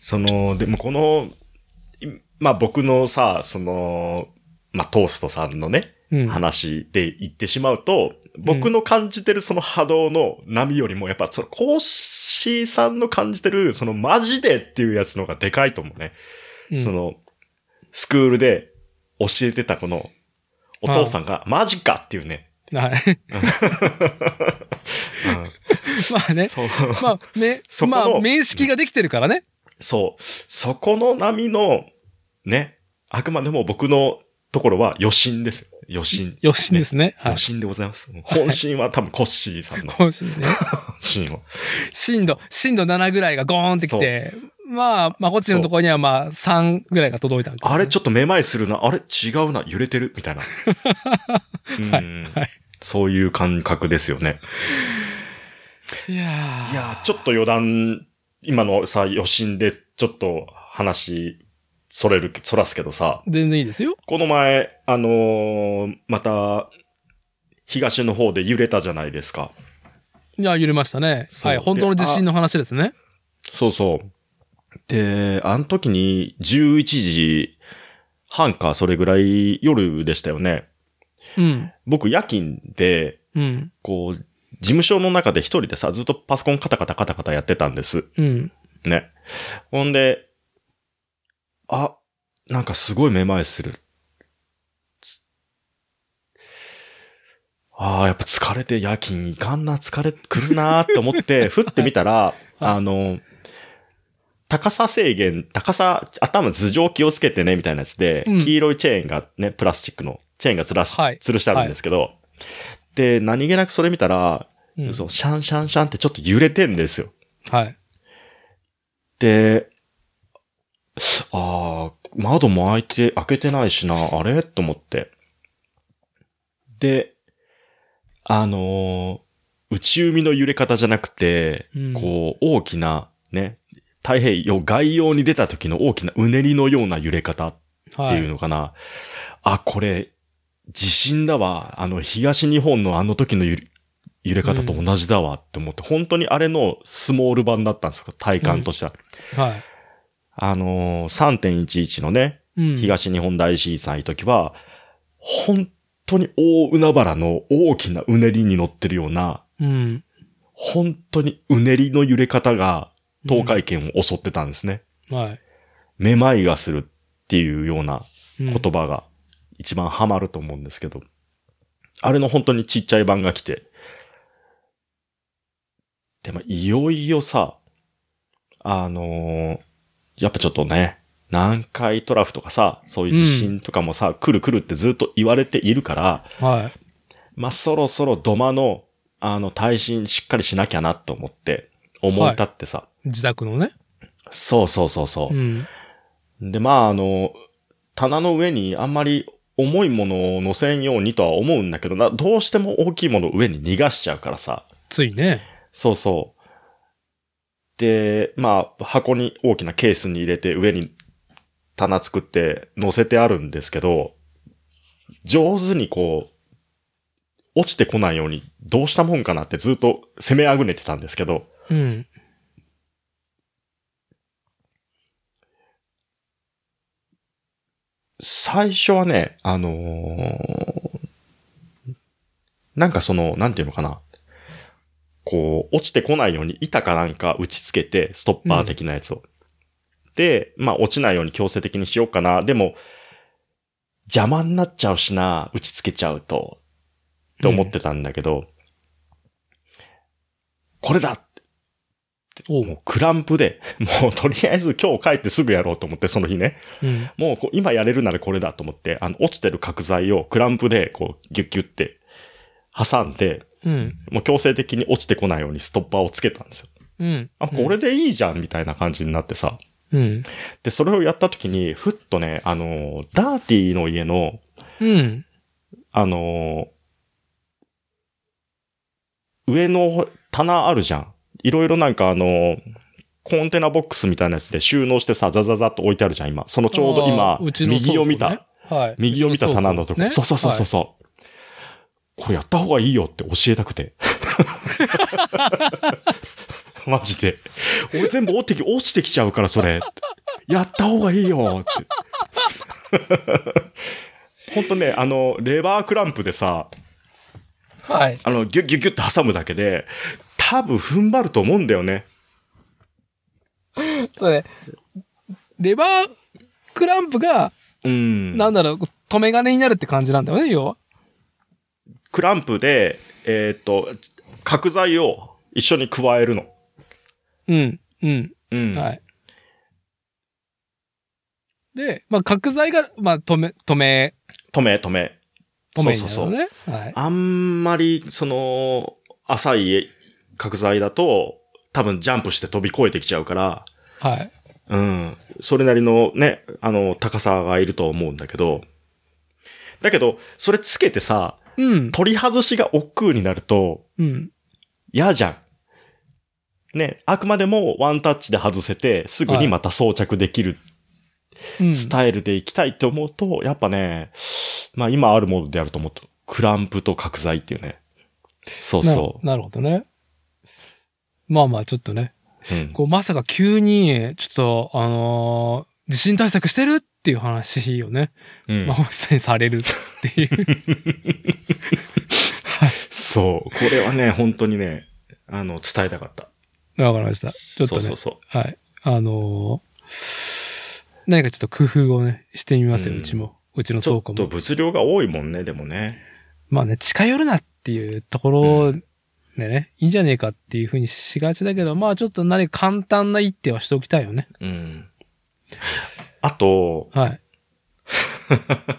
Speaker 2: その、でもこの、いまあ僕のさ、その、まあトーストさんのね、
Speaker 1: うん。
Speaker 2: 話で言ってしまうと、僕の感じてるその波動の波よりも、やっぱそのコッシーさんの感じてる、そのマジでっていうやつの方がでかいと思うね。
Speaker 1: うん
Speaker 2: その、スクールで教えてたこの、お父さんが、マジかっていうね。
Speaker 1: はい。 まあ
Speaker 2: うん
Speaker 1: ね。
Speaker 2: そう。
Speaker 1: まあ、め
Speaker 2: そ、こ
Speaker 1: ま
Speaker 2: の
Speaker 1: あ、面識ができてるからね。
Speaker 2: そう。そこの波の、ね、あくまでも僕のところは余震ですよ。余震。
Speaker 1: よしですね。はい
Speaker 2: 余。震でございます。本心は多分コッシー さんの
Speaker 1: 今週ね。
Speaker 2: 心を。
Speaker 1: 震度、震度7ぐらいがゴーンってきて、まあ、まこっちのところにはまあ、3ぐらいが届いたわけ
Speaker 2: あれちょっとめまいするな。あれ違うな。揺れてるみたい な。うん
Speaker 1: はい
Speaker 2: そういう感覚ですよね。
Speaker 1: いやー
Speaker 2: いやー、ちょっと余談、今のさ、余震でちょっと話、それる、そらすけどさ、
Speaker 1: 全然いいですよ。
Speaker 2: この前、あのーまた、東の方で揺れたじゃないですか。
Speaker 1: いや、揺れましたね。
Speaker 2: そう
Speaker 1: はい。本当の地震の話ですね。
Speaker 2: そうそう。で、あの時に11時半かそれぐらい夜でしたよね。
Speaker 1: うん。
Speaker 2: 僕夜勤で、
Speaker 1: うん。
Speaker 2: こう、事務所の中で一人でさ、ずっとパソコンカタカタカタカタやってたんです。
Speaker 1: うん。
Speaker 2: ね。ほんで、あ、なんかすごいめまいする。ああ、やっぱ疲れて夜勤いかんな、疲れくるなーって思 って、ふってみたら、あの、高さ制限、高さ、頭頭上気をつけてね、みたいなやつで、
Speaker 1: うん
Speaker 2: 黄色いチェーンがね、プラスチックのチェーンがつらし、
Speaker 1: はい
Speaker 2: 吊るしてあるんですけど、で、何気なくそれ見たら、
Speaker 1: うん
Speaker 2: そうシャンシャンシャンってちょっと揺れてんですよ。
Speaker 1: はい。
Speaker 2: で、ああ、窓も開いて、開けてないしな、あれと思って。で、あのー内海の揺れ方じゃなくて、
Speaker 1: うん
Speaker 2: こう、大きな、ね、太平洋外洋に出た時の大きなうねりのような揺れ方っ
Speaker 1: は
Speaker 2: て
Speaker 1: い。
Speaker 2: いうのかな。あ、これ、地震だわ。あの、東日本のあの時の揺れ揺れ方と同じだわって思って、本当にあれのスモール版だったんですよ、体感としては。
Speaker 1: はい。
Speaker 2: あのー、3.11のね、
Speaker 1: うん。
Speaker 2: 東日本大震災の時は、本当に大海原の大きなうねりに乗ってるような、
Speaker 1: うん。
Speaker 2: 本当にうねりの揺れ方が東海圏を襲ってたんですね。
Speaker 1: うん。はい。
Speaker 2: めまいがするっていうような
Speaker 1: うん
Speaker 2: 言葉が一番ハマると思うんですけど、あれの本当にちっちゃい版が来て、でもいよいよさ、あのーやっぱちょっとね、南海トラフとかさ、そういう地震とかもさ、来る来るってずっと言われているから、
Speaker 1: はい。
Speaker 2: まあ、そろそろ土間の、あの、耐震しっかりしなきゃなと思って、思い立ってさ、
Speaker 1: 自宅のね。
Speaker 2: そうそうそうそう、
Speaker 1: うん。
Speaker 2: で、まあ、あの、棚の上にあんまり重いものを乗せんようにとは思うんだけどな、どうしても大きいものを上に逃がしちゃうからさ。
Speaker 1: ついね。
Speaker 2: そうそう。で、まあ、箱に大きなケースに入れて上に棚作って乗せてあるんですけど、上手にこう、落ちてこないようにどうしたもんかなってずっと攻めあぐねてたんですけど、
Speaker 1: うん。
Speaker 2: 最初はね、あのーなんかその、なんていうのかな。こう、落ちてこないように板かなんか打ち付けて、ストッパー的なやつを。で、まあ落ちないように強制的にしようかな。でも、邪魔になっちゃうしな、打ち付けちゃうと、って思ってたんだけど、これだってって。
Speaker 1: おう
Speaker 2: もうクランプで、もうとりあえず今日帰ってすぐやろうと思って、その日ね。
Speaker 1: うん。
Speaker 2: もうこう今やれるならこれだと思って、あの、落ちてる角材をクランプでこうギュッギュッて挟んで、
Speaker 1: うん。
Speaker 2: もう強制的に落ちてこないようにストッパーをつけたんですよ。
Speaker 1: うん。
Speaker 2: あ、これでいいじゃんみたいな感じになってさ。
Speaker 1: うん。
Speaker 2: で、それをやった時に、ふっとね、あの、ダーティーの家の、
Speaker 1: うん。
Speaker 2: あのー上の棚あるじゃん。いろいろなんかあのーコンテナボックスみたいなやつで収納してさ、ザザザっと置いてあるじゃん、今。そのちょうど今、
Speaker 1: あーうちの倉庫ね
Speaker 2: 右を見た、
Speaker 1: はい。
Speaker 2: 右を見た棚のとこ。
Speaker 1: ね
Speaker 2: そうそうそうそう。そうこれやった方がいいよって教えたく て。マジで。俺全部落ちてき落ちてきちゃうから、それ。やった方がいいよって。ほんとね、あの、レバークランプでさ、
Speaker 1: はい。
Speaker 2: あの、ギュッギュッギュッて挟むだけで、多分踏ん張ると思うんだよね。
Speaker 1: それ、レバークランプが、
Speaker 2: うん。
Speaker 1: なんだろう、止め金になるって感じなんだよね、要は。
Speaker 2: クランプで、えーっと、角材を一緒に加えるの。
Speaker 1: うん。うん。
Speaker 2: うん。
Speaker 1: はい。で、まあ、角材が、まあ、止め、止め、
Speaker 2: 止め、止め。
Speaker 1: 止めに
Speaker 2: そ
Speaker 1: なる
Speaker 2: うそう
Speaker 1: の
Speaker 2: そう。
Speaker 1: ね。はい。
Speaker 2: あんまり、その、浅い角材だと、多分ジャンプして飛び越えてきちゃうから、
Speaker 1: はい。
Speaker 2: うん。それなりのね、あの、高さがいると思うんだけど、だけど、それつけてさ、
Speaker 1: うん。
Speaker 2: 取り外しが億劫になると、
Speaker 1: うん。
Speaker 2: 嫌じゃん。ね、あくまでもワンタッチで外せて、すぐにまた装着できる
Speaker 1: うん。
Speaker 2: スタイルでいきたいって思うと、やっぱね、まあ今あるものであると思うと、クランプと角材っていうね。そうそ
Speaker 1: ななるほどね。まあまあ、ちょっとね。
Speaker 2: う。うん
Speaker 1: こう、まさか急に、ちょっと、あのー地震対策してるっていう話をね、
Speaker 2: うん
Speaker 1: まあ、星さんにされるって いう。
Speaker 2: そう。これはね、本当にね、あの、伝えたかった。
Speaker 1: わかりました。ちょっとね、
Speaker 2: そうそうそ
Speaker 1: はい。あのー何かちょっと工夫をね、してみますよ、
Speaker 2: う
Speaker 1: うんちも。うち
Speaker 2: う。
Speaker 1: の
Speaker 2: ち
Speaker 1: 倉
Speaker 2: ょっ
Speaker 1: 庫
Speaker 2: と
Speaker 1: も。
Speaker 2: 物量が多いもんね、でもね。
Speaker 1: まあね、近寄るなっていうところでね、いいんじゃねえかっていうふうにしがちだけど、まあちょっと何か簡単な一手はしておきたいよね。
Speaker 2: うん。あと、
Speaker 1: はい。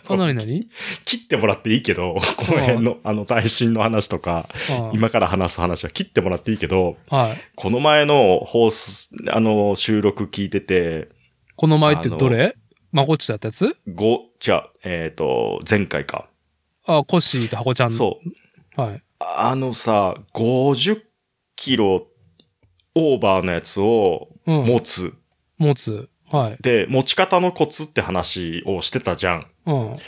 Speaker 1: かなり何
Speaker 2: 切ってもらっていいけど、この辺の、あの、耐震の話とか、
Speaker 1: あ
Speaker 2: 今から話す話は切ってもらっていいけど、
Speaker 1: あはい。
Speaker 2: この前の放送、あの、収録聞いてて、
Speaker 1: この前ってどれまこっちだったやつ
Speaker 2: ご、じゃあえっ、と、前回か。
Speaker 1: あ、コッシーとハコちゃんの。
Speaker 2: そう。
Speaker 1: はい。
Speaker 2: あのさ、50キロオーバーのやつを
Speaker 1: うん。
Speaker 2: 持つ。
Speaker 1: 持つ。はい。
Speaker 2: で、持ち方のコツって話をしてたじゃん。
Speaker 1: うん。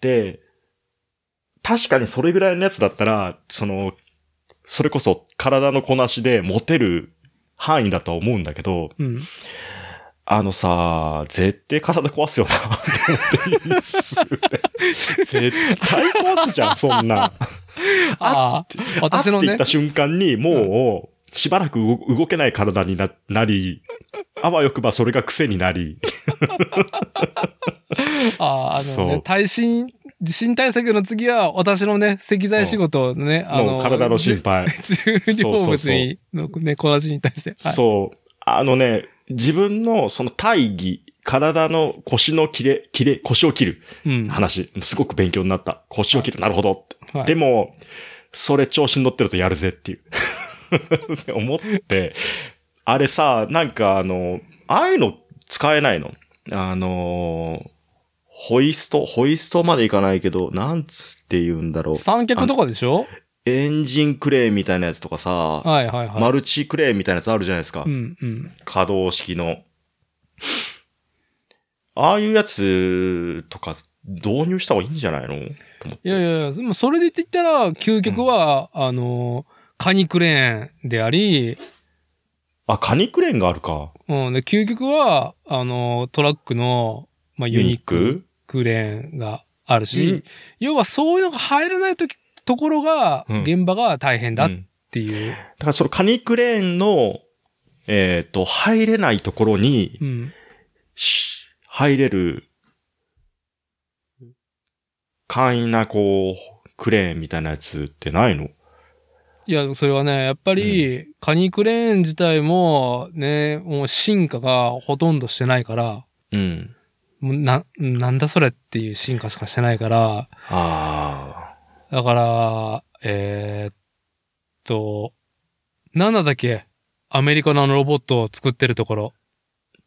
Speaker 2: で、確かにそれぐらいのやつだったら、その、それこそ体のこなしで持てる範囲だとは思うんだけど、
Speaker 1: うん。
Speaker 2: あのさ、絶対体壊すよな、って思っていいっすね絶対壊すじゃん、そんなん。
Speaker 1: ああ、私の
Speaker 2: あ
Speaker 1: ね
Speaker 2: って言った。瞬間に、もう、しばらく動動けない体にななり、あわよくばそれが癖になり、
Speaker 1: ああ、あの
Speaker 2: そう
Speaker 1: ね、耐震、地震対策の次は、私のね、石材仕事のね、あ
Speaker 2: も
Speaker 1: の、
Speaker 2: う体の心配。
Speaker 1: じゅ重量物に、のね、小出しに対して。はい、
Speaker 2: そう。あのね、自分のその大義、体の腰の切れ、切れ、腰を切る
Speaker 1: う。ん。は
Speaker 2: 話、すごく勉強になった。腰を切る、なるほどって。で
Speaker 1: い。
Speaker 2: も、それ調子に乗ってるとやるぜっていう。 思って、あれさ、なんかあの、ああいうの使えないのあの、ホイスト、ホイストまでいかないけど、なんつって言うんだろう。
Speaker 1: 三脚とかでしょ
Speaker 2: エンジンクレーンみたいなやつとかさ、
Speaker 1: はいはいはい。
Speaker 2: マルチクレーンみたいなやつあるじゃないですか。
Speaker 1: うんうん。
Speaker 2: 可動式の。ああいうやつとか導入した方がいいんじゃないの
Speaker 1: いやいやいや、でもそれで言ったら、究極は、あの、カニクレーンであり、
Speaker 2: あ、カニクレーンがあるか。
Speaker 1: うん、で、究極は、あの、トラックの、まあ、ユニッククレーンがあるし、
Speaker 2: うん
Speaker 1: 要はそういうのが入らないとき、ところが、
Speaker 2: うん
Speaker 1: 現場が大変だ
Speaker 2: う
Speaker 1: っ
Speaker 2: ん
Speaker 1: ていう。
Speaker 2: だからそのカニクレーンの、えっ、と、入れないところに、
Speaker 1: うん。
Speaker 2: し入れる、簡易なこう、クレーンみたいなやつってないの
Speaker 1: いや、それはね、やっぱり、カニクレーン自体も、ね、もう進化がほとんどしてないから、
Speaker 2: うん。
Speaker 1: もうな、なんだそれっていう進化しかしてないから、
Speaker 2: あ
Speaker 1: だから、えーっと、7だけ、アメリカのあのロボットを作ってるところ。
Speaker 2: ー。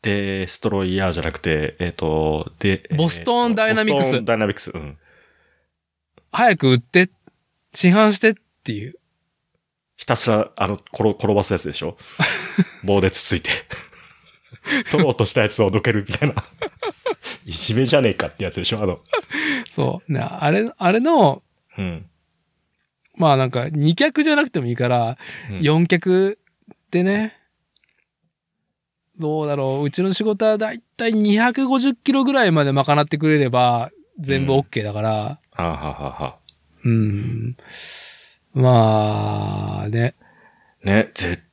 Speaker 2: デストロイヤーじゃなくて、えっ、と、で、えー
Speaker 1: ボストンダイナミクス
Speaker 2: ボストンダイナミクス。うん。
Speaker 1: 早く売って、市販してっていう。
Speaker 2: ひたすら、あの、転転ばすやつ でしょ棒でつついて。取ろうとしたやつをどけるみたいな。いじめじゃねえかってやつでしょあの。
Speaker 1: そう。ね、あれ、あれの、
Speaker 2: うん。
Speaker 1: まあなんか、2脚じゃなくてもいいから、
Speaker 2: うん
Speaker 1: 4脚でね、どうだろう。うちの仕事はだいたい250キロぐらいまで賄ってくれれば、全部
Speaker 2: うん
Speaker 1: OK だから、
Speaker 2: はあ、はあはあはあ
Speaker 1: うん。まあ、ね。
Speaker 2: ね、絶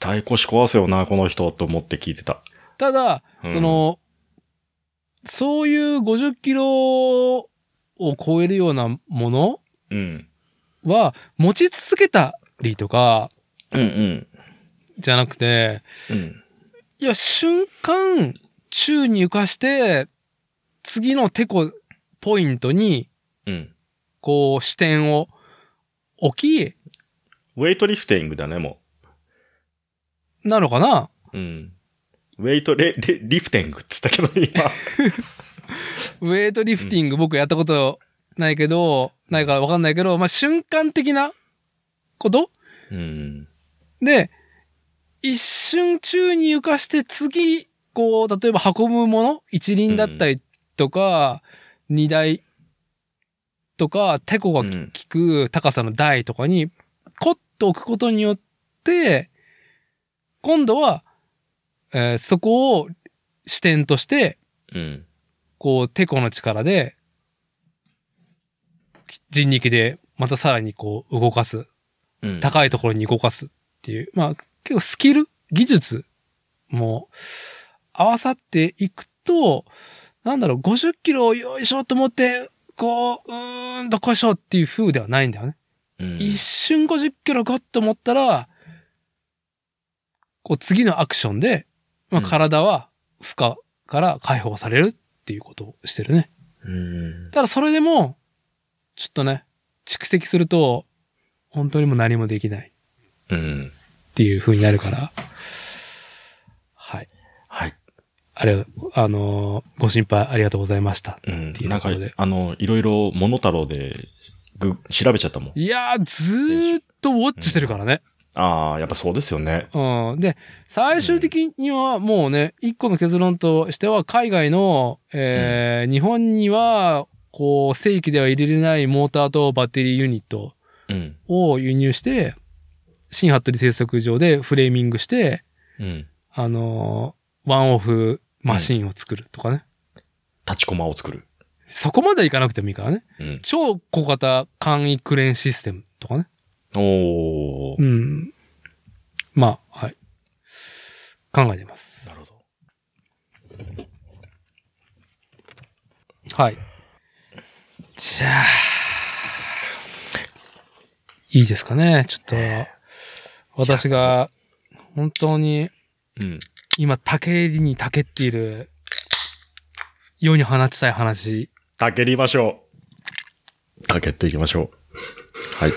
Speaker 2: 対腰壊せよな、この人、と思って聞いてた。
Speaker 1: ただ、
Speaker 2: うん
Speaker 1: そ、の、そういう50キロを超えるようなもの
Speaker 2: うん。
Speaker 1: は、持ち続けたりとか、
Speaker 2: うんうん。
Speaker 1: じゃなくて、
Speaker 2: うん。
Speaker 1: いや、瞬間、宙に浮かして、次のテコポイントに、
Speaker 2: うん。
Speaker 1: こう、視点を置き、
Speaker 2: ウェイトリフティングだね、も
Speaker 1: なのかな
Speaker 2: う。うん。ウェイトレ、レリフティングっつったけど、 今。
Speaker 1: ウェイトリフティング、僕やったことないけど、ないからわかんないけど、まあ、瞬間的なこと
Speaker 2: うん。
Speaker 1: で、一瞬宙に浮かして次、こう、例えば運ぶもの一輪だったりとか、荷台とか、テコが
Speaker 2: う
Speaker 1: 効
Speaker 2: ん
Speaker 1: く高さの台とかに、コッと置くことによって、今度は、えーそこを視点として、
Speaker 2: うん。
Speaker 1: こう、テコの力で、人力で、またさらにこう、動かす。
Speaker 2: うん。
Speaker 1: 高いところに動かすっていう、まあ結構スキル、技術も合わさっていくと、なんだろう、50キロをよいしょと思って、こう、うーん、どっこいしょっていう風ではないんだよね。
Speaker 2: うん
Speaker 1: 一瞬50キロゴッと思ったら、こう次のアクションで、まあ、
Speaker 2: うん
Speaker 1: 体は負荷から解放されるっていうことをしてるね。
Speaker 2: うん。
Speaker 1: ただそれでも、ちょっとね、蓄積すると、本当にもう何もできない。
Speaker 2: うん。
Speaker 1: っていう風になるから。はい。
Speaker 2: はい。
Speaker 1: あれ、あのーご心配ありがとうございました。
Speaker 2: うん
Speaker 1: って。いう
Speaker 2: な
Speaker 1: と
Speaker 2: ん
Speaker 1: ころ
Speaker 2: か
Speaker 1: で、
Speaker 2: あの、いろいろ、モノタロウで、ぐ、調べちゃったもん。
Speaker 1: いやー、ずーっとウォッチしてるからね。
Speaker 2: ああ、やっぱそうですよね。
Speaker 1: うん。で、最終的にはもうね、一個の結論としては、海外の、えー日本には、こう、正規では入れれないモーターとバッテリーユニット
Speaker 2: うん。
Speaker 1: を輸入して、新ハットリ製作所でフレーミングして、
Speaker 2: うん。
Speaker 1: あのーワンオフマシンを作るとかね。
Speaker 2: 立ちコマを作る。
Speaker 1: そこまではいかなくてもいいからね。
Speaker 2: うん。
Speaker 1: 超小型簡易クレーンシステムとかね。
Speaker 2: おー。
Speaker 1: うん。まあ、はい。考えてます。
Speaker 2: なるほど。
Speaker 1: はい。じゃあ、いいですかね。ちょっと、私が本当に
Speaker 2: うん。
Speaker 1: 今、竹に竹っている、世に放ちたい話。
Speaker 2: たけりましょう。たけっていきましょう。はい。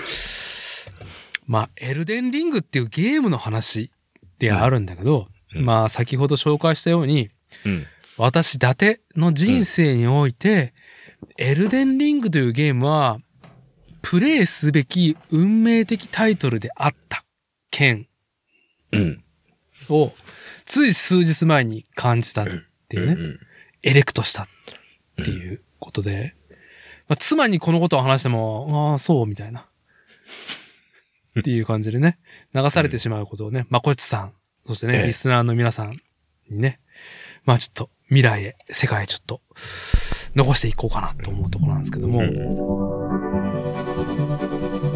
Speaker 1: まあ、エルデンリングっていうゲームの話であるんだけど、
Speaker 2: うんうん
Speaker 1: まあ、先ほど紹介したように、
Speaker 2: うん。
Speaker 1: 私、伊達の人生において、エルデンリングというゲームは、プレイすべき運命的タイトルであった件
Speaker 2: うん。
Speaker 1: を、つい数日前に感じたっていうね、エレクトしたっていうことで、まあ、妻にこのことを話しても、ああ、そう、みたいな。っていう感じでね、流されてしまうことをね、まこっちさん、そして
Speaker 2: え
Speaker 1: ね、
Speaker 2: え
Speaker 1: リスナーの皆さんにね、まあちょっと未来へ、世界へちょっと、残していこうかなと思うところなんですけども、
Speaker 2: うん